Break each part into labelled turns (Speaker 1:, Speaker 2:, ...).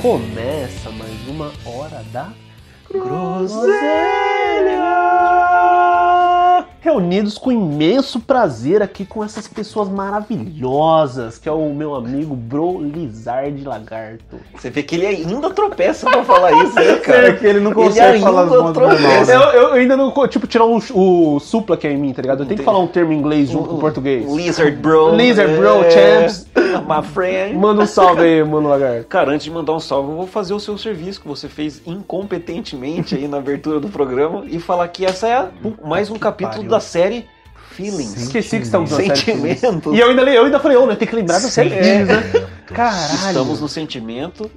Speaker 1: Começa mais uma hora da Groselha! Reunidos com imenso prazer aqui com essas pessoas maravilhosas, que é o meu amigo Bro Lizard Lagarto.
Speaker 2: Você vê que ele ainda tropeça pra falar isso, né, cara?
Speaker 3: que ele não
Speaker 2: consegue
Speaker 3: consegue
Speaker 2: falar
Speaker 3: falar
Speaker 2: as
Speaker 3: as
Speaker 2: bandas normais.
Speaker 3: bandas
Speaker 2: Nossa.
Speaker 1: Eu, eu ainda não, co- tipo, tirar o, o supla que é em mim, tá ligado? Eu tenho que
Speaker 2: Entendi.
Speaker 1: falar um termo em inglês junto com o português.
Speaker 2: Lizard Bro.
Speaker 1: É. Lizard Bro
Speaker 2: é,
Speaker 1: Champs.
Speaker 2: My friend.
Speaker 1: Manda um salve aí, mano Lagarto.
Speaker 2: Cara, antes de mandar um salve, eu vou fazer o seu serviço que você fez incompetentemente aí na abertura do programa e falar que essa é a- mais um capítulo
Speaker 3: pariu.
Speaker 2: da série Feelings.
Speaker 1: Esqueci que estamos na série.
Speaker 2: Sentimentos.
Speaker 1: E eu ainda, eu ainda falei, ô, né? Tem que lembrar da série. né?
Speaker 2: É.
Speaker 3: né?
Speaker 1: Caralho.
Speaker 2: Estamos no sentimento.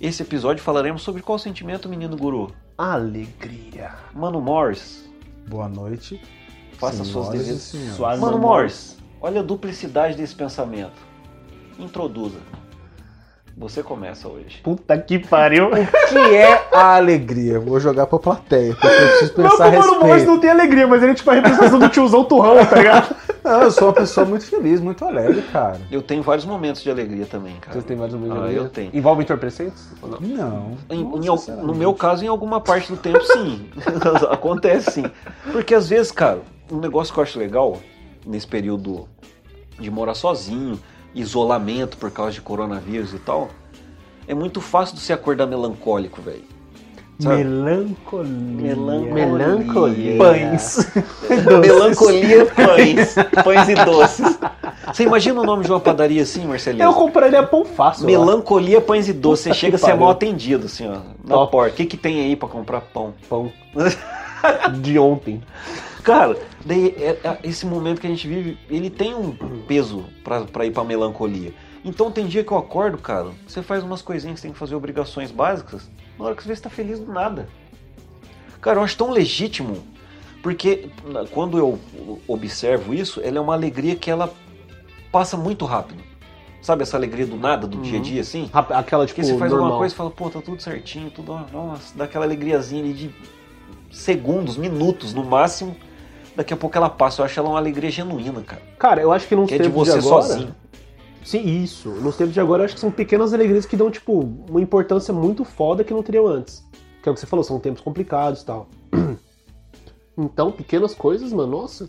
Speaker 2: Esse episódio falaremos sobre qual sentimento, menino guru?
Speaker 1: Alegria.
Speaker 2: Mano Morris,
Speaker 3: Boa noite.
Speaker 2: faça suas
Speaker 3: senhoras e
Speaker 2: devidas.
Speaker 3: senhores.
Speaker 1: Suave
Speaker 2: Mano
Speaker 1: amor.
Speaker 2: Morris, olha a duplicidade desse pensamento. Introduza. Você começa hoje.
Speaker 1: Puta que pariu.
Speaker 3: O que é a alegria? Vou jogar pra plateia, porque eu preciso
Speaker 1: Não, que
Speaker 3: pensar
Speaker 1: o
Speaker 3: a
Speaker 1: Mano Morris
Speaker 3: respeito.
Speaker 1: não tem alegria, mas ele é tipo a representação do tiozão turrão, tá ligado?
Speaker 3: Não, eu sou uma pessoa muito feliz, muito alegre, cara.
Speaker 2: Eu tenho vários momentos de alegria também, cara.
Speaker 1: Você tem
Speaker 3: um
Speaker 1: mais ou menos
Speaker 2: Ah,
Speaker 1: alegria?
Speaker 2: eu tenho.
Speaker 1: Envolve entorpecentes? Ou não?
Speaker 3: Não.
Speaker 2: Em-
Speaker 3: não
Speaker 2: em al- no
Speaker 3: sinceramente.
Speaker 2: meu caso, em alguma parte do tempo, sim. Acontece sim. Porque às vezes, cara, um negócio que eu acho legal nesse período de morar sozinho, isolamento por causa de coronavírus e tal, é muito fácil de você acordar melancólico, velho. Sabe?
Speaker 3: Melancolia.
Speaker 2: Melancolia.
Speaker 1: Melancolia.
Speaker 3: Pães.
Speaker 2: Melancolia pães. Pães e doces. Você imagina o nome de uma padaria assim, Marcelinho?
Speaker 1: Eu compraria pão fácil. lá.
Speaker 2: Melancolia pães e doces. Você
Speaker 1: Puta
Speaker 2: chega,
Speaker 1: que
Speaker 2: você é
Speaker 1: pariu.
Speaker 2: mal atendido, assim, ó. Na
Speaker 1: Top.
Speaker 2: porta. O que, que tem aí pra comprar pão?
Speaker 1: Pão. De ontem.
Speaker 2: Cara, daí, é- é- esse momento que a gente vive, ele tem um peso pra, pra ir pra melancolia. Então tem dia que eu acordo, cara, você faz umas coisinhas, você tem que fazer obrigações básicas, na hora que você vê, você tá feliz do nada. Cara, eu acho tão legítimo, porque na- quando eu observo isso, ela é uma alegria que ela passa muito rápido. Sabe essa alegria do nada, do dia a dia, assim?
Speaker 1: Rap- Aquela, tipo,
Speaker 2: Porque você faz
Speaker 1: normal.
Speaker 2: alguma coisa e fala, pô, tá tudo certinho, tudo, ó, nossa, dá aquela alegriazinha ali de segundos, minutos no máximo. Daqui a pouco ela passa. Eu acho ela uma alegria genuína, cara.
Speaker 1: Cara, eu acho que nos
Speaker 2: Que é de
Speaker 1: tempos
Speaker 2: você
Speaker 1: agora...
Speaker 2: sozinho.
Speaker 1: Sim, isso. Nos tempos de agora, eu acho que são pequenas alegrias que dão, tipo, uma importância muito foda que não teriam antes. Que é o que você falou, são tempos complicados e tal. Então, pequenas coisas, mano, nossa.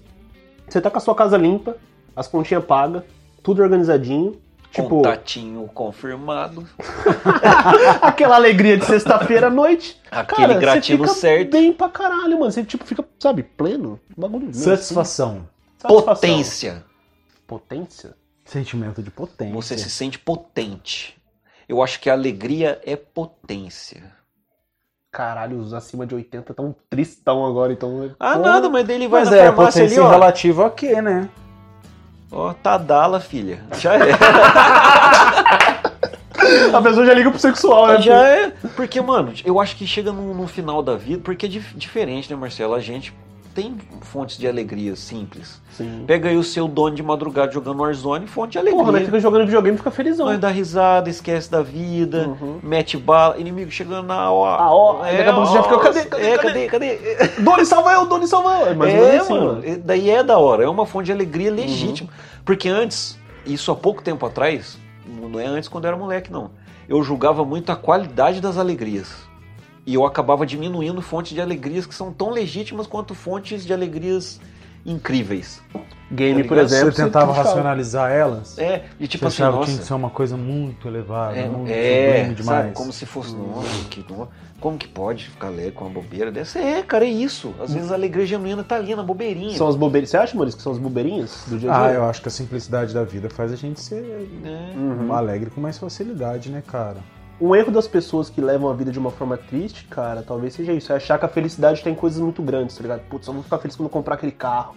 Speaker 1: Você tá com a sua casa limpa, as continhas pagas, tudo organizadinho. Tipo,
Speaker 2: Contatinho confirmado.
Speaker 1: aquela alegria de sexta-feira à noite.
Speaker 2: Aquele
Speaker 1: Cara, você
Speaker 2: gratino
Speaker 1: fica
Speaker 2: certo.
Speaker 1: bem pra caralho, mano. Você, tipo, fica, sabe, pleno. Um Bagulho. mesmo,
Speaker 3: Satisfação.
Speaker 1: assim. Satisfação.
Speaker 2: Potência.
Speaker 1: Potência?
Speaker 3: Sentimento de potência.
Speaker 2: Você se sente potente. Eu acho que a alegria é potência.
Speaker 1: Caralho, os acima de 80 tão tristão agora, então...
Speaker 2: Ah,
Speaker 1: Pô,
Speaker 2: nada, mas daí ele vai
Speaker 3: Mas
Speaker 2: na
Speaker 3: é,
Speaker 2: farmácia ali,
Speaker 3: potência
Speaker 2: ó.
Speaker 3: relativa a quê, né?
Speaker 2: Ó, Tadala, filha. Já é.
Speaker 1: A pessoa já liga pro sexual, né?
Speaker 2: Já é. Porque, mano, eu acho que chega no, no final da vida, porque é dif- diferente, né, Marcelo? A gente tem fontes de alegria simples.
Speaker 1: Sim.
Speaker 2: Pega aí o seu dono de madrugada jogando Warzone, fonte de alegria.
Speaker 1: Porra, né? Fica jogando videogame e fica felizão.
Speaker 2: Nós dá risada, esquece da vida,
Speaker 1: Uhum.
Speaker 2: mete bala, inimigo chegando na hora.
Speaker 1: Ah, ó, daqui a pouco você já fica, cadê, cadê,
Speaker 2: é,
Speaker 1: cadê?
Speaker 2: cadê, cadê?
Speaker 1: Doni salva eu, Doni salva eu. É mais ou
Speaker 2: é,
Speaker 1: menos assim,
Speaker 2: mano,
Speaker 1: mano.
Speaker 2: é- daí é da hora, é uma fonte de alegria legítima. Porque antes, isso há pouco tempo atrás, não é antes quando eu era moleque, não. Eu julgava muito a qualidade das alegrias. E eu acabava diminuindo fontes de alegrias que são tão legítimas quanto fontes de alegrias incríveis.
Speaker 1: Game,
Speaker 2: Tá
Speaker 1: por
Speaker 2: ligado?
Speaker 1: exemplo.
Speaker 3: Você tentava
Speaker 1: puxava.
Speaker 3: racionalizar elas?
Speaker 2: É, e tipo
Speaker 3: Você
Speaker 2: assim,
Speaker 3: achava que tinha
Speaker 2: nossa.
Speaker 3: que ser uma coisa muito elevada, muito
Speaker 2: É, é
Speaker 3: sublime demais.
Speaker 2: sabe, como se fosse, nossa, que no- como que pode ficar alegre com uma bobeira dessa? É, cara, é isso. Às vezes a alegria genuína tá ali na bobeirinha.
Speaker 1: São as bobeirinhas. Você acha, Maurício, que são as bobeirinhas do dia a
Speaker 3: Ah,
Speaker 1: dia?
Speaker 3: eu acho que a simplicidade da vida faz a gente ser
Speaker 2: né?
Speaker 1: Uhum.
Speaker 3: alegre com mais facilidade, né, cara?
Speaker 1: Um erro das pessoas que levam a vida de uma forma triste, cara, talvez seja isso. É achar que a felicidade tem coisas muito grandes, tá ligado? Putz, eu vou ficar feliz quando eu comprar aquele carro,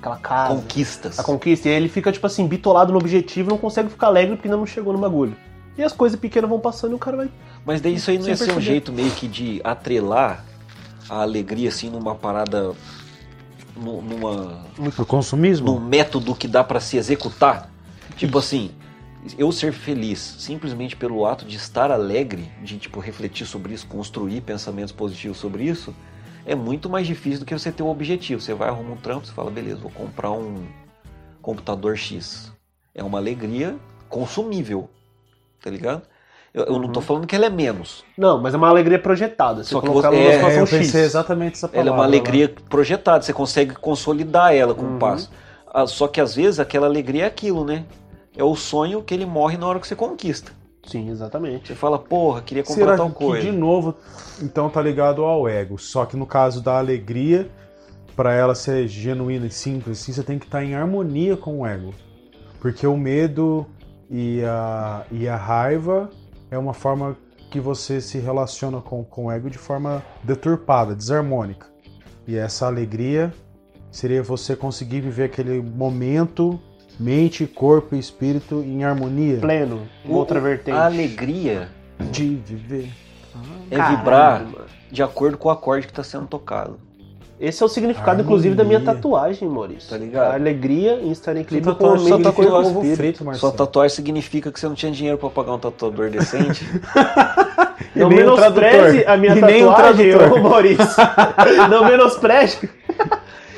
Speaker 1: aquela casa,
Speaker 2: Conquistas.
Speaker 1: a conquista. E aí ele fica, tipo assim, bitolado no objetivo e não consegue ficar alegre porque ainda não chegou no bagulho. E as coisas pequenas vão passando e o cara vai.
Speaker 2: Mas daí isso aí não
Speaker 1: Sem
Speaker 2: ia ser um
Speaker 1: perceber.
Speaker 2: jeito meio que de atrelar a alegria assim numa parada. nu- numa.
Speaker 3: O consumismo?
Speaker 2: num método que dá pra se executar? Tipo assim, eu ser feliz simplesmente pelo ato de estar alegre, de tipo refletir sobre isso, construir pensamentos positivos sobre isso, é muito mais difícil do que você ter um objetivo. Você vai arruma um trampo, você fala, beleza, vou comprar um computador X. É uma alegria consumível, tá ligado? Eu, eu
Speaker 1: Uhum.
Speaker 2: não tô falando que ela é menos.
Speaker 1: Não, mas é uma alegria projetada. Se
Speaker 2: Só que
Speaker 1: colocar
Speaker 2: você-
Speaker 1: numa
Speaker 2: é,
Speaker 1: situação
Speaker 3: eu
Speaker 1: X.
Speaker 3: pensei exatamente essa
Speaker 2: Ela
Speaker 3: palavra.
Speaker 2: é uma
Speaker 3: né?
Speaker 2: alegria projetada, você consegue consolidar ela com o
Speaker 1: Uhum.
Speaker 2: passo. Ah, Só que às vezes aquela alegria é aquilo, né? É o sonho que ele morre na hora que você conquista.
Speaker 1: Sim, exatamente.
Speaker 2: Você fala, porra, queria comprar
Speaker 3: Será
Speaker 2: tal
Speaker 3: que
Speaker 2: coisa.
Speaker 3: de novo, então tá ligado ao ego? Só que no caso da alegria, pra ela ser genuína e simples, assim, você tem que estar em harmonia com o ego, porque o medo e a, e a raiva é uma forma que você se relaciona com, com o ego de forma deturpada, desarmônica. E essa alegria seria você conseguir viver aquele momento, mente, corpo e espírito em harmonia.
Speaker 1: Pleno, uma
Speaker 2: O-
Speaker 1: outra vertente.
Speaker 2: A alegria
Speaker 3: De viver.
Speaker 2: é
Speaker 1: Caralho,
Speaker 2: vibrar
Speaker 1: mano.
Speaker 2: de acordo com o acorde que está sendo tocado.
Speaker 1: Esse é o significado,
Speaker 3: Harmonia.
Speaker 1: inclusive, da minha tatuagem, Maurício.
Speaker 2: Tá ligado? tá
Speaker 1: A alegria em estar em equilíbrio com o
Speaker 3: tatuagem
Speaker 1: meio
Speaker 2: só
Speaker 1: e com
Speaker 2: tatuagem
Speaker 1: o
Speaker 2: com
Speaker 1: espírito.
Speaker 3: frito, tá
Speaker 2: Sua tatuagem significa que você não tinha dinheiro para pagar um tatuador decente.
Speaker 3: E
Speaker 1: Não
Speaker 3: nem um
Speaker 1: menospreze
Speaker 3: tradutor.
Speaker 1: a minha
Speaker 3: E nem um
Speaker 1: tatuagem, ô
Speaker 3: tradutor.
Speaker 1: Maurício. Não menospreze.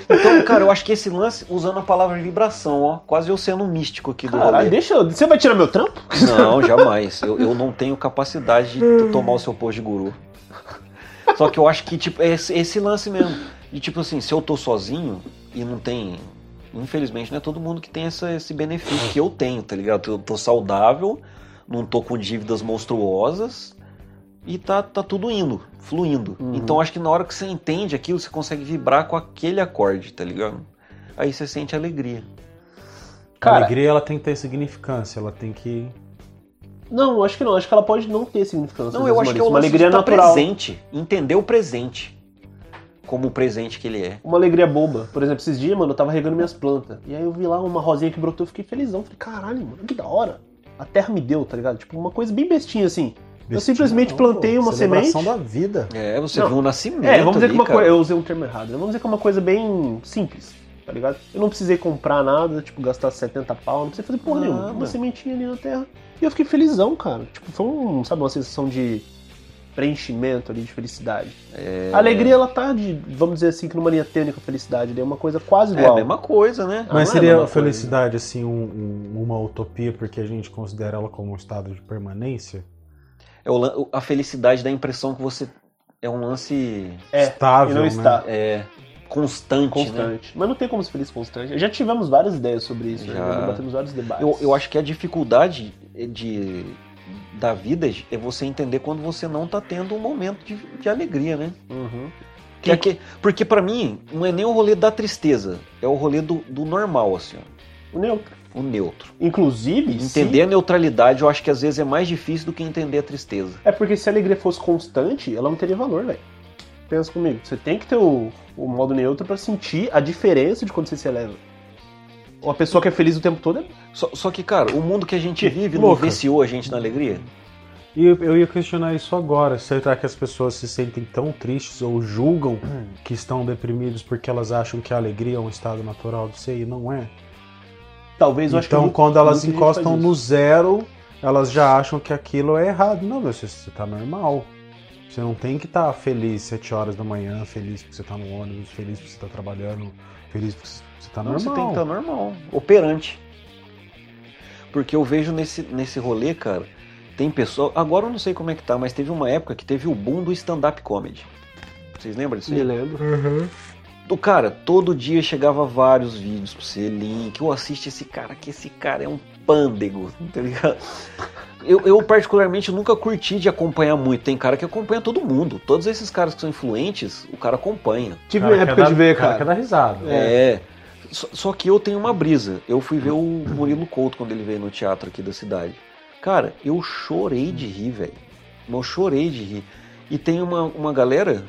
Speaker 2: então, cara, eu acho que esse lance, usando a palavra vibração, ó, quase eu sendo um místico aqui do
Speaker 1: Caralho,
Speaker 2: rolê.
Speaker 1: deixa eu... Você vai tirar meu trampo?
Speaker 2: Não, jamais. Eu, eu não tenho capacidade de t- tomar o seu posto de guru. Só que eu acho que, tipo, é esse, esse lance mesmo. E, tipo assim, se eu tô sozinho e não tem. Infelizmente, não é todo mundo que tem essa- esse benefício que eu tenho, tá ligado? Eu tô saudável, não tô com dívidas monstruosas e tá, tá tudo indo, fluindo.
Speaker 1: Uhum.
Speaker 2: Então, acho que na hora que você entende aquilo, você consegue vibrar com aquele acorde, tá ligado? Aí você sente alegria.
Speaker 3: A
Speaker 1: Cara,
Speaker 3: alegria ela tem que ter significância, ela tem que.
Speaker 1: não, acho que não. Acho que ela pode não ter significância.
Speaker 2: Não, eu acho que é o
Speaker 1: uma
Speaker 2: lance de
Speaker 1: alegria
Speaker 2: tá
Speaker 1: natural.
Speaker 2: presente, entender o presente como o presente que ele é.
Speaker 1: Uma alegria boba. Por exemplo, esses dias, mano, eu tava regando minhas plantas. E aí eu vi lá uma rosinha que brotou, eu fiquei felizão. Falei, caralho, mano, que da hora. A terra me deu, tá ligado? Tipo, uma coisa bem bestinha assim. Eu simplesmente plantei uma
Speaker 3: celebração
Speaker 1: semente.
Speaker 3: da vida.
Speaker 2: É, você
Speaker 1: Não.
Speaker 2: viu o nascimento.
Speaker 1: É, vamos dizer
Speaker 2: ali,
Speaker 1: que uma
Speaker 2: cara.
Speaker 1: coisa. Eu usei um termo errado. né? Vamos dizer que é uma coisa bem simples, tá ligado? Eu não precisei comprar nada, tipo, gastar 70 pau, não precisei fazer porra
Speaker 2: Nada.
Speaker 1: nenhuma. Uma sementinha ali na terra. E eu fiquei felizão, cara. Tipo, foi um, sabe, uma sensação de preenchimento ali, de felicidade. A alegria, ela tá de, vamos dizer assim, que numa linha tênue com a felicidade, ali, é uma coisa quase
Speaker 2: É a
Speaker 1: igual.
Speaker 2: mesma coisa, né?
Speaker 1: Ah, não é
Speaker 3: Mas
Speaker 1: a
Speaker 3: seria
Speaker 1: mesma
Speaker 3: a felicidade, assim, um- um- uma utopia, porque a gente considera ela como um estado de permanência?
Speaker 2: É o lan- a felicidade da impressão que você é um lance
Speaker 1: É,
Speaker 3: Estável,
Speaker 1: e não
Speaker 3: né?
Speaker 1: está.
Speaker 2: é, constante, né?
Speaker 1: Constante. Mas não tem como ser feliz constante. Já tivemos várias ideias sobre isso, né?
Speaker 2: Já.
Speaker 1: já debatemos vários debates.
Speaker 2: Eu, eu acho que a dificuldade de, da vida é você entender quando você não tá tendo um momento de, de alegria, né?
Speaker 1: Uhum.
Speaker 2: Que é que- porque pra mim, não é nem o rolê da tristeza, é o rolê do, do normal, assim, ó,
Speaker 1: O neutro.
Speaker 2: o neutro.
Speaker 1: Inclusive,
Speaker 2: Entender
Speaker 1: se-
Speaker 2: a neutralidade eu acho que às vezes é mais difícil do que entender a tristeza.
Speaker 1: é porque se a alegria fosse constante, ela não teria valor, velho. Pensa comigo, você tem que ter o, o modo neutro pra sentir a diferença de quando você se eleva. Uma pessoa que é feliz o tempo todo é.
Speaker 2: Só, só que, cara, o mundo que a gente
Speaker 3: Que
Speaker 2: vive
Speaker 3: louca.
Speaker 2: não viciou a gente na alegria?
Speaker 3: E eu, eu ia questionar isso agora. Será que as pessoas se sentem tão tristes ou julgam
Speaker 1: Hum.
Speaker 3: que estão deprimidos porque elas acham que a alegria é um estado natural do ser e não é?
Speaker 1: Talvez eu acho que.
Speaker 3: Então,
Speaker 1: muito-
Speaker 3: quando elas
Speaker 1: muita gente
Speaker 3: encostam
Speaker 1: faz
Speaker 3: no
Speaker 1: isso.
Speaker 3: zero, elas já acham que aquilo é errado. Não, meu, você, você tá normal. Você não tem que estar feliz 7 horas da manhã, feliz porque você tá no ônibus, feliz porque você tá trabalhando, feliz porque você tá
Speaker 2: Não,
Speaker 3: normal.
Speaker 2: você tem que estar normal, operante. Porque eu vejo nesse, nesse rolê, cara, tem pessoa. Agora eu não sei como é que tá, mas teve uma época que teve o boom do stand-up comedy. Vocês lembram disso? aí?
Speaker 1: Me lembro.
Speaker 2: Do cara, todo dia chegava vários vídeos pra você, link, ou assiste esse cara, que esse cara é um pândego, tá ligado? Eu, eu, particularmente nunca curti de acompanhar muito. Tem cara que acompanha todo mundo. Todos esses caras que são influentes, o cara acompanha.
Speaker 1: Tive uma época de ver, cara.
Speaker 3: quer dar risada.
Speaker 2: É. Só, só que eu tenho uma brisa. Eu fui ver o Murilo Couto quando ele veio no teatro aqui da cidade. Cara, eu chorei de rir, velho. Eu chorei de rir. E tem uma, uma galera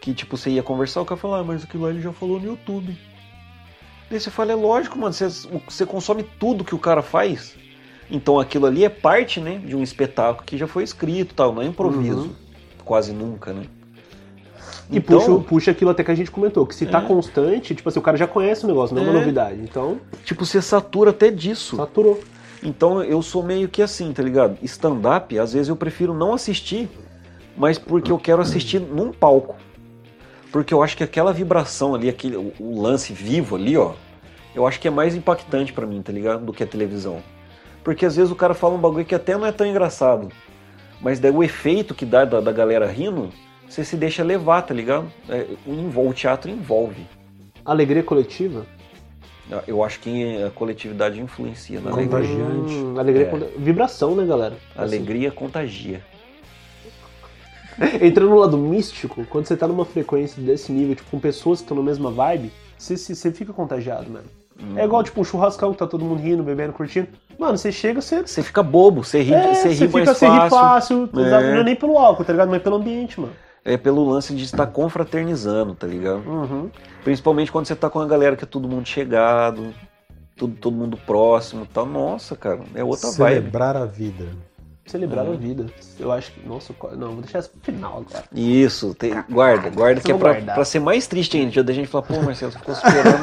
Speaker 2: que, tipo, você ia conversar, o cara falou, ah, mas aquilo lá ele já falou no YouTube. Daí você fala, é lógico, mano, você, o- você consome tudo que o cara faz. Então aquilo ali é parte, né, de um espetáculo que já foi escrito e tal, não é improviso.
Speaker 1: Uhum.
Speaker 2: Quase nunca, né?
Speaker 1: E puxa, puxa aquilo até que a gente comentou, que se tá
Speaker 2: Então- É.
Speaker 1: constante, tipo assim, o cara já conhece o negócio, não é uma
Speaker 2: É.
Speaker 1: novidade. Então,
Speaker 2: tipo, você satura até disso.
Speaker 1: saturou.
Speaker 2: Então eu sou meio que assim, tá ligado? Stand-up, às vezes eu prefiro não assistir, mas porque eu quero assistir num palco. Porque eu acho que aquela vibração ali, aquele, o, o lance vivo ali, ó, eu acho que é mais impactante pra mim, tá ligado? Do que a televisão. Porque às vezes o cara fala um bagulho que até não é tão engraçado. Mas daí o efeito que dá da, da galera rindo, você se deixa levar, tá ligado? É, o, envol- o teatro envolve.
Speaker 1: Alegria coletiva?
Speaker 2: Eu acho que a coletividade influencia né? na
Speaker 3: Contagia.
Speaker 2: alegria.
Speaker 3: Contagiante.
Speaker 1: Hum, alegria
Speaker 2: É.
Speaker 1: conta- Vibração, né, galera?
Speaker 2: Alegria contagia.
Speaker 1: Assim, entrando no lado místico, quando você tá numa frequência desse nível, tipo, com pessoas que estão na mesma vibe, você, você- você fica contagiado, mano.
Speaker 2: Uhum.
Speaker 1: É igual, tipo, um churrascão que tá todo mundo rindo, bebendo, curtindo. Mano, você chega, você.
Speaker 2: Você fica bobo, você ri,
Speaker 1: É,
Speaker 2: você ri mais
Speaker 1: fica, você ri
Speaker 2: fácil.
Speaker 1: fácil,
Speaker 2: É.
Speaker 1: exato, não é nem pelo álcool, tá ligado? Mas pelo ambiente, mano.
Speaker 2: É pelo lance de estar confraternizando, tá ligado?
Speaker 1: Uhum.
Speaker 2: Principalmente quando você tá com a galera que é todo mundo chegado, tudo, todo mundo próximo e tal. Nossa, cara, é outra vibe.
Speaker 3: Celebrar a vida.
Speaker 1: Celebrar
Speaker 2: Uhum.
Speaker 1: a vida. Eu acho que. Nossa, qual- não, vou deixar essa pro final agora.
Speaker 2: Isso, tem- guarda, guarda, que é
Speaker 1: Vou
Speaker 2: pra,
Speaker 1: guardar.
Speaker 2: pra ser mais triste ainda. Da gente falar, pô, Marcelo, você ficou esperando.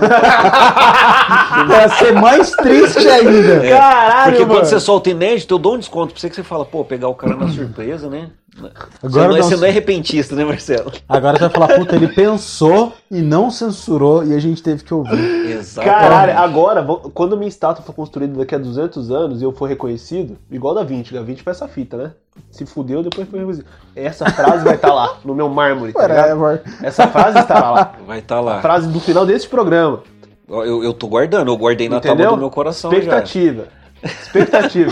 Speaker 3: Pra ser mais triste ainda.
Speaker 2: É,
Speaker 1: Caralho,
Speaker 2: Porque quando você solta inédito, eu dou um desconto pra você que você fala, pô, pegar o cara na surpresa, né? você, não
Speaker 3: Agora,
Speaker 2: é,
Speaker 3: dá um-
Speaker 2: você não é repentista, né, Marcelo?
Speaker 3: agora você vai falar, puta, ele pensou e não censurou e a gente teve que ouvir.
Speaker 2: Exato.
Speaker 1: Caralho, agora, vou- quando minha estátua for construída daqui a 200 anos e eu for reconhecido, igual da 20, da 20 foi essa fita, né? Se fudeu, depois foi reconhecido. Essa frase vai estar lá, no meu mármore, tá ligado?
Speaker 3: Whatever.
Speaker 1: Essa frase estará lá.
Speaker 2: Vai estar tá lá.
Speaker 1: Frase do final desse programa.
Speaker 2: Ó, Eu, eu tô guardando, eu guardei na
Speaker 1: Entendeu?
Speaker 2: tábua do meu coração já.
Speaker 1: Expectativa. Expectativa.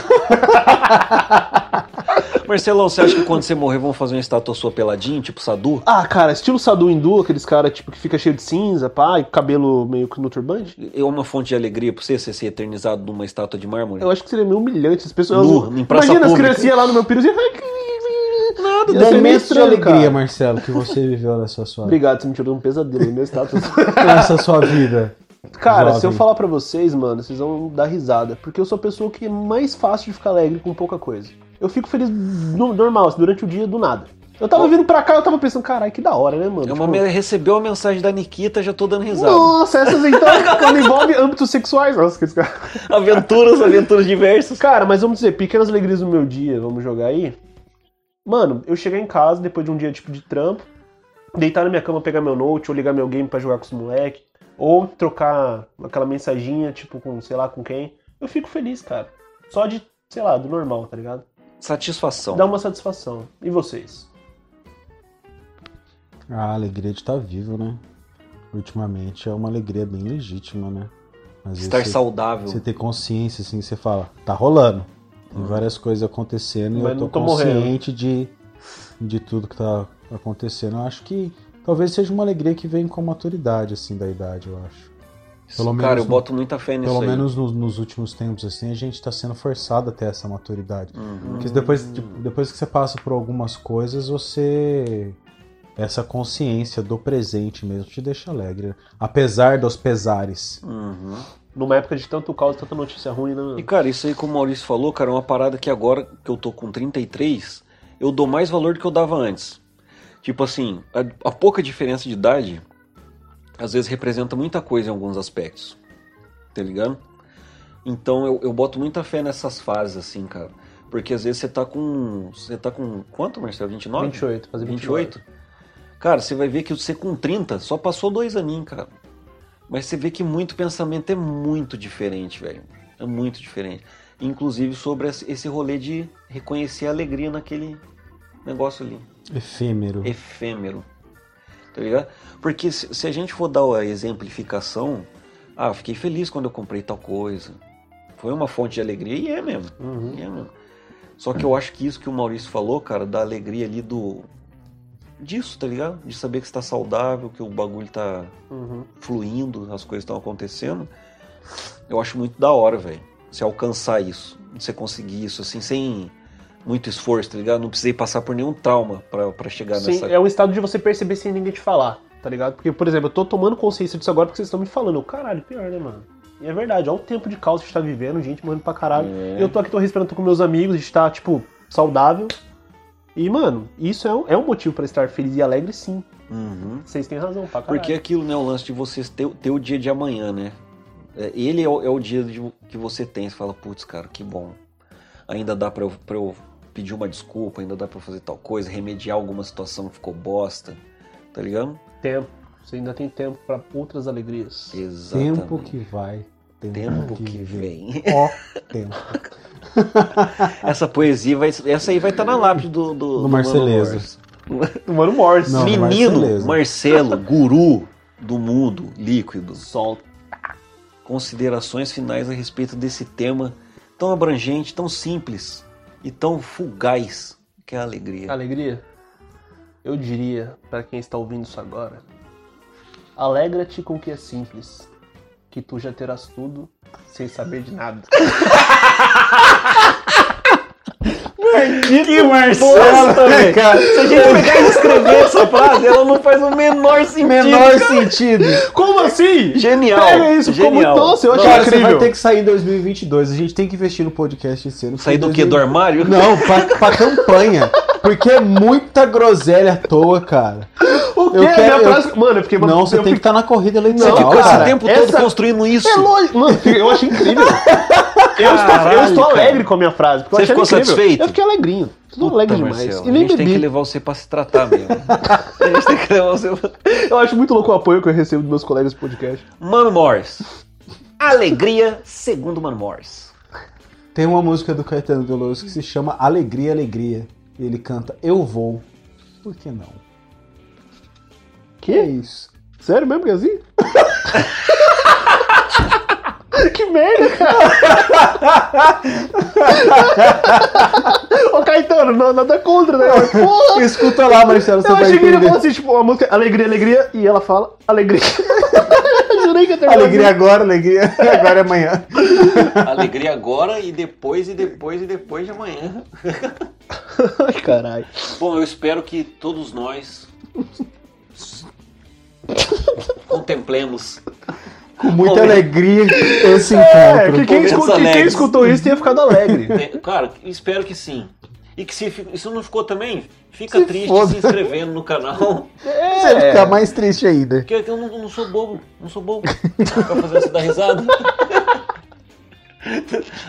Speaker 2: Marcelão, você acha que quando você morrer vão fazer uma estátua sua peladinha, tipo Sadu?
Speaker 1: ah, cara, estilo Sadu Hindu, aqueles caras tipo, que fica cheio de cinza, pá, e cabelo meio que no turbante.
Speaker 2: É uma fonte de alegria pra você, você ser eternizado numa estátua de mármore?
Speaker 1: Eu acho que seria meio humilhante as pessoas.
Speaker 2: Nu,
Speaker 1: elas-
Speaker 2: em praça
Speaker 1: Imagina as
Speaker 2: pública.
Speaker 1: criancinhas lá no meu piruzinho. Nada,
Speaker 3: Da imensa um alegria, Marcelo, que você viveu nessa sua,
Speaker 1: Obrigado, você me tirou um pesadelo no meu status.
Speaker 3: nessa é sua vida.
Speaker 1: Cara, se eu
Speaker 3: Jovem.
Speaker 1: falar pra vocês, mano, vocês vão dar risada. Porque eu sou a pessoa que é mais fácil de ficar alegre com pouca coisa. Eu fico feliz no- normal, assim, durante o dia, do nada. Eu tava vindo pra cá, eu tava pensando, caralho, que da hora, né, mano?
Speaker 2: É uma
Speaker 1: Tipo,
Speaker 2: me- Recebeu a mensagem da Nikita, já tô dando risada.
Speaker 1: Nossa, essas então, quando envolve âmbitos sexuais. Nossa, que esse cara.
Speaker 2: Aventuras, aventuras diversas.
Speaker 1: Cara, mas vamos dizer, pequenas alegrias do meu dia, vamos jogar aí. Mano, eu chegar em casa depois de um dia tipo de trampo, deitar na minha cama, pegar meu note, ou ligar meu game pra jogar com os moleque, ou trocar aquela mensaginha, tipo, com sei lá com quem. Eu fico feliz, cara. Só de, sei lá, do normal, tá ligado?
Speaker 2: Satisfação.
Speaker 1: Dá uma satisfação. E vocês?
Speaker 3: A alegria de estar vivo, né? Ultimamente é uma alegria bem legítima, né?
Speaker 1: um-
Speaker 3: Às vezes
Speaker 2: Estar
Speaker 3: você-
Speaker 2: saudável.
Speaker 3: Você ter consciência, assim, você fala, tá rolando. Tem várias coisas acontecendo
Speaker 1: Uhum. Mas
Speaker 3: e eu
Speaker 1: não
Speaker 3: tô,
Speaker 1: tô
Speaker 3: consciente de, de tudo que tá acontecendo. Eu acho que talvez seja uma alegria que vem com a maturidade, assim, da idade, eu acho. pelo
Speaker 2: Cara, eu
Speaker 3: menos no-
Speaker 2: boto muita fé nisso
Speaker 3: Pelo
Speaker 2: aí.
Speaker 3: menos nos, nos últimos tempos, assim, a gente tá sendo forçado a ter essa maturidade.
Speaker 2: Uhum.
Speaker 3: Porque depois, de- depois que você passa por algumas coisas, você. Essa consciência do presente mesmo te deixa alegre. né? Apesar dos pesares.
Speaker 2: Uhum.
Speaker 1: Numa época de tanto caos, tanta notícia ruim, né?
Speaker 2: E
Speaker 1: mano?
Speaker 2: cara, isso aí como o Maurício falou, cara, é uma parada que agora que eu tô com 33, eu dou mais valor do que eu dava antes. Tipo assim, a, a pouca diferença de idade às vezes representa muita coisa em alguns aspectos. Tá ligado? Então eu, eu boto muita fé nessas fases assim, cara. Porque às vezes você tá com. Você tá com. Quanto, Marcelo? 29?
Speaker 1: 28, fazer 29.
Speaker 2: 28? Cara, você vai ver que você com 30 só passou dois aninhos, cara. Mas você vê que muito pensamento é muito diferente, velho. É muito diferente. Inclusive sobre esse esse rolê de reconhecer a alegria naquele negócio ali.
Speaker 3: Efêmero.
Speaker 2: Efêmero. Tá ligado? Porque se, se a gente for dar a exemplificação, ah, fiquei feliz quando eu comprei tal coisa. Foi uma fonte de alegria e é mesmo.
Speaker 1: Uhum.
Speaker 2: É, mano. Só que eu acho que isso que o Maurício falou, cara, da alegria ali do. disso, tá ligado? De saber que você tá saudável, que o bagulho tá
Speaker 1: Uhum.
Speaker 2: fluindo, as coisas estão acontecendo. Eu acho muito da hora, velho. Você alcançar isso, você conseguir isso, assim, sem muito esforço, tá ligado? Não precisei passar por nenhum trauma pra, pra chegar
Speaker 1: Sim,
Speaker 2: nessa.
Speaker 1: é um estado de você perceber sem ninguém te falar, tá ligado? Porque, por exemplo, eu tô tomando consciência disso agora porque vocês estão me falando. Eu, caralho, pior, né, mano? E é verdade, olha o tempo de caos que a gente tá vivendo, gente morrendo pra caralho.
Speaker 2: É.
Speaker 1: Eu tô aqui, tô respirando, tô com meus amigos, a gente tá, tipo, saudável. E, mano, isso é um, é um motivo pra estar feliz e alegre, sim.
Speaker 2: Uhum.
Speaker 1: Vocês têm razão, pra caralho.
Speaker 2: Porque aquilo, né? O lance de você ter, ter o dia de amanhã, né? É, Ele é o, é o dia de- que você tem. Você fala, putz, cara, que bom. Ainda dá pra eu, pra eu pedir uma desculpa, ainda dá pra eu fazer tal coisa, remediar alguma situação que ficou bosta. Tá ligado?
Speaker 1: tempo. Você ainda tem tempo pra outras alegrias.
Speaker 2: Exatamente.
Speaker 3: Tempo que vai.
Speaker 2: Tempo que vem.
Speaker 3: Ó, tempo.
Speaker 2: Essa poesia vai. Essa aí vai estar na lápide do. Do, Mano
Speaker 3: Marceleza.
Speaker 2: Morris. É.
Speaker 1: Do Mano Morris.
Speaker 3: Não, do
Speaker 2: Menino
Speaker 3: Marceleza.
Speaker 2: Marcelo, guru do mundo líquido.
Speaker 1: Solta.
Speaker 2: Considerações finais a respeito desse tema tão abrangente, tão simples e tão fugaz que é a alegria.
Speaker 1: Alegria? Eu diria, pra quem está ouvindo isso agora, alegra-te com o que é simples, que tu já terás tudo sem saber de nada.
Speaker 3: Que
Speaker 2: bosta, velho.
Speaker 3: cara.
Speaker 2: Se a gente pegar e escrever essa frase, ela não faz o menor sentido.
Speaker 3: Menor
Speaker 2: cara.
Speaker 3: sentido. é
Speaker 1: Como assim?
Speaker 2: Genial.
Speaker 1: Pega isso, ficou
Speaker 2: genial.
Speaker 1: muito- nossa, eu achei
Speaker 3: Cara, você
Speaker 1: incrível.
Speaker 3: vai ter que sair em 2022. A gente tem que investir no podcast esse ano.
Speaker 2: Sair do
Speaker 3: porque
Speaker 2: que? Do armário?
Speaker 3: Não, pra, pra campanha. Porque é muita groselha à toa, cara.
Speaker 1: O quê?
Speaker 3: Eu quero-
Speaker 1: Minha
Speaker 3: eu-
Speaker 1: frase-
Speaker 2: é
Speaker 1: Mano, eu fiquei...
Speaker 3: Não, você
Speaker 2: um
Speaker 1: eu
Speaker 3: tem que estar na corrida
Speaker 2: Você
Speaker 3: eleitoral,
Speaker 1: um Não, tipo assim,
Speaker 2: ficou
Speaker 3: cara.
Speaker 2: esse tempo
Speaker 1: essa-
Speaker 2: todo construindo isso?
Speaker 1: É lógico, mano, eu achei incrível. Eu estou, eu
Speaker 2: Caralho,
Speaker 1: estou
Speaker 2: cara.
Speaker 1: alegre com a minha frase. Porque eu
Speaker 2: Você
Speaker 1: achei
Speaker 2: ficou
Speaker 1: incrível.
Speaker 2: satisfeito?
Speaker 1: Eu fiquei alegrinho. Tudo alegre demais.
Speaker 2: Marcelo,
Speaker 1: e
Speaker 2: a
Speaker 1: nem
Speaker 2: gente tem que
Speaker 1: bebi.
Speaker 2: levar você pra se tratar mesmo. a gente tem que levar você pra...
Speaker 1: Eu acho muito louco o apoio que eu recebo dos meus colegas do podcast.
Speaker 2: Mano Morris. Alegria segundo Mano Morris.
Speaker 3: Tem uma música do Caetano Veloso que se chama Alegria, Alegria. E ele canta Eu Vou. Por que não? É
Speaker 1: Que?
Speaker 3: isso.
Speaker 1: Sério mesmo que é assim? que merda, cara! Ô Caetano, não, nada contra, né? Mas, Porra!
Speaker 3: Escuta lá, Marcelo, você
Speaker 1: Eu
Speaker 3: vai
Speaker 1: achei que ele
Speaker 3: entender.
Speaker 1: falou assim, tipo, a música Alegria, Alegria, e ela fala Alegria. Jurei que eu terminei.
Speaker 3: Alegria agora, alegria agora é amanhã.
Speaker 2: Alegria agora e depois e depois e depois de amanhã.
Speaker 1: Ai, caralho.
Speaker 2: Bom, eu espero que todos nós contemplemos
Speaker 3: Com muita
Speaker 2: Momento.
Speaker 3: alegria esse
Speaker 1: É,
Speaker 3: encontro.
Speaker 1: que quem,
Speaker 2: Momentos
Speaker 1: escutou, que quem
Speaker 2: alegres.
Speaker 1: escutou isso tenha ficado alegre.
Speaker 2: É, Cara, espero que sim. E que se fi- isso não ficou também, fica
Speaker 3: Se
Speaker 2: triste
Speaker 3: foda.
Speaker 2: se inscrevendo no canal.
Speaker 1: É,
Speaker 3: Você fica mais triste ainda.
Speaker 2: Porque eu não, não sou bobo, não sou bobo pra fazer você dar risada.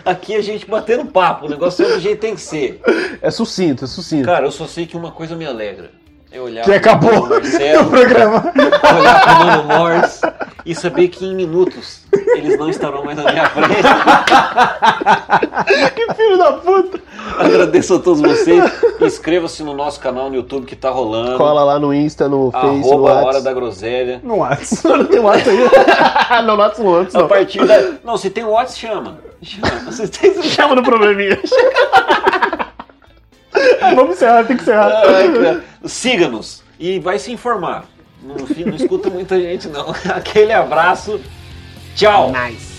Speaker 2: Aqui a gente batendo papo, o negócio é do jeito que tem que ser.
Speaker 1: é sucinto, é sucinto.
Speaker 2: Cara, eu só sei que uma coisa me alegra. É olhar
Speaker 3: Que acabou
Speaker 2: pro Marcelo,
Speaker 3: o programa.
Speaker 2: olhar pro Mano Morris e saber que em minutos eles não estarão mais na minha frente.
Speaker 1: que filho da puta!
Speaker 2: Agradeço a todos vocês. Inscreva-se no nosso canal no YouTube que tá rolando.
Speaker 1: Cola lá no Insta, no Face, no
Speaker 2: Arroba a Hora da
Speaker 1: WhatsApp.
Speaker 2: Groselha.
Speaker 3: Não há.
Speaker 1: Não tem WhatsApp aí. não, WhatsApp não, antes
Speaker 2: A
Speaker 1: não.
Speaker 2: partir da. Não, se tem WhatsApp, chama. Chama. Se tem.
Speaker 1: Chama no probleminha. Ah, Vamos encerrar, tem que encerrar.
Speaker 2: Ai, cara. Siga-nos e vai se informar. Não, fi- não escuta muita gente, não. Aquele abraço. Tchau.
Speaker 1: Nice.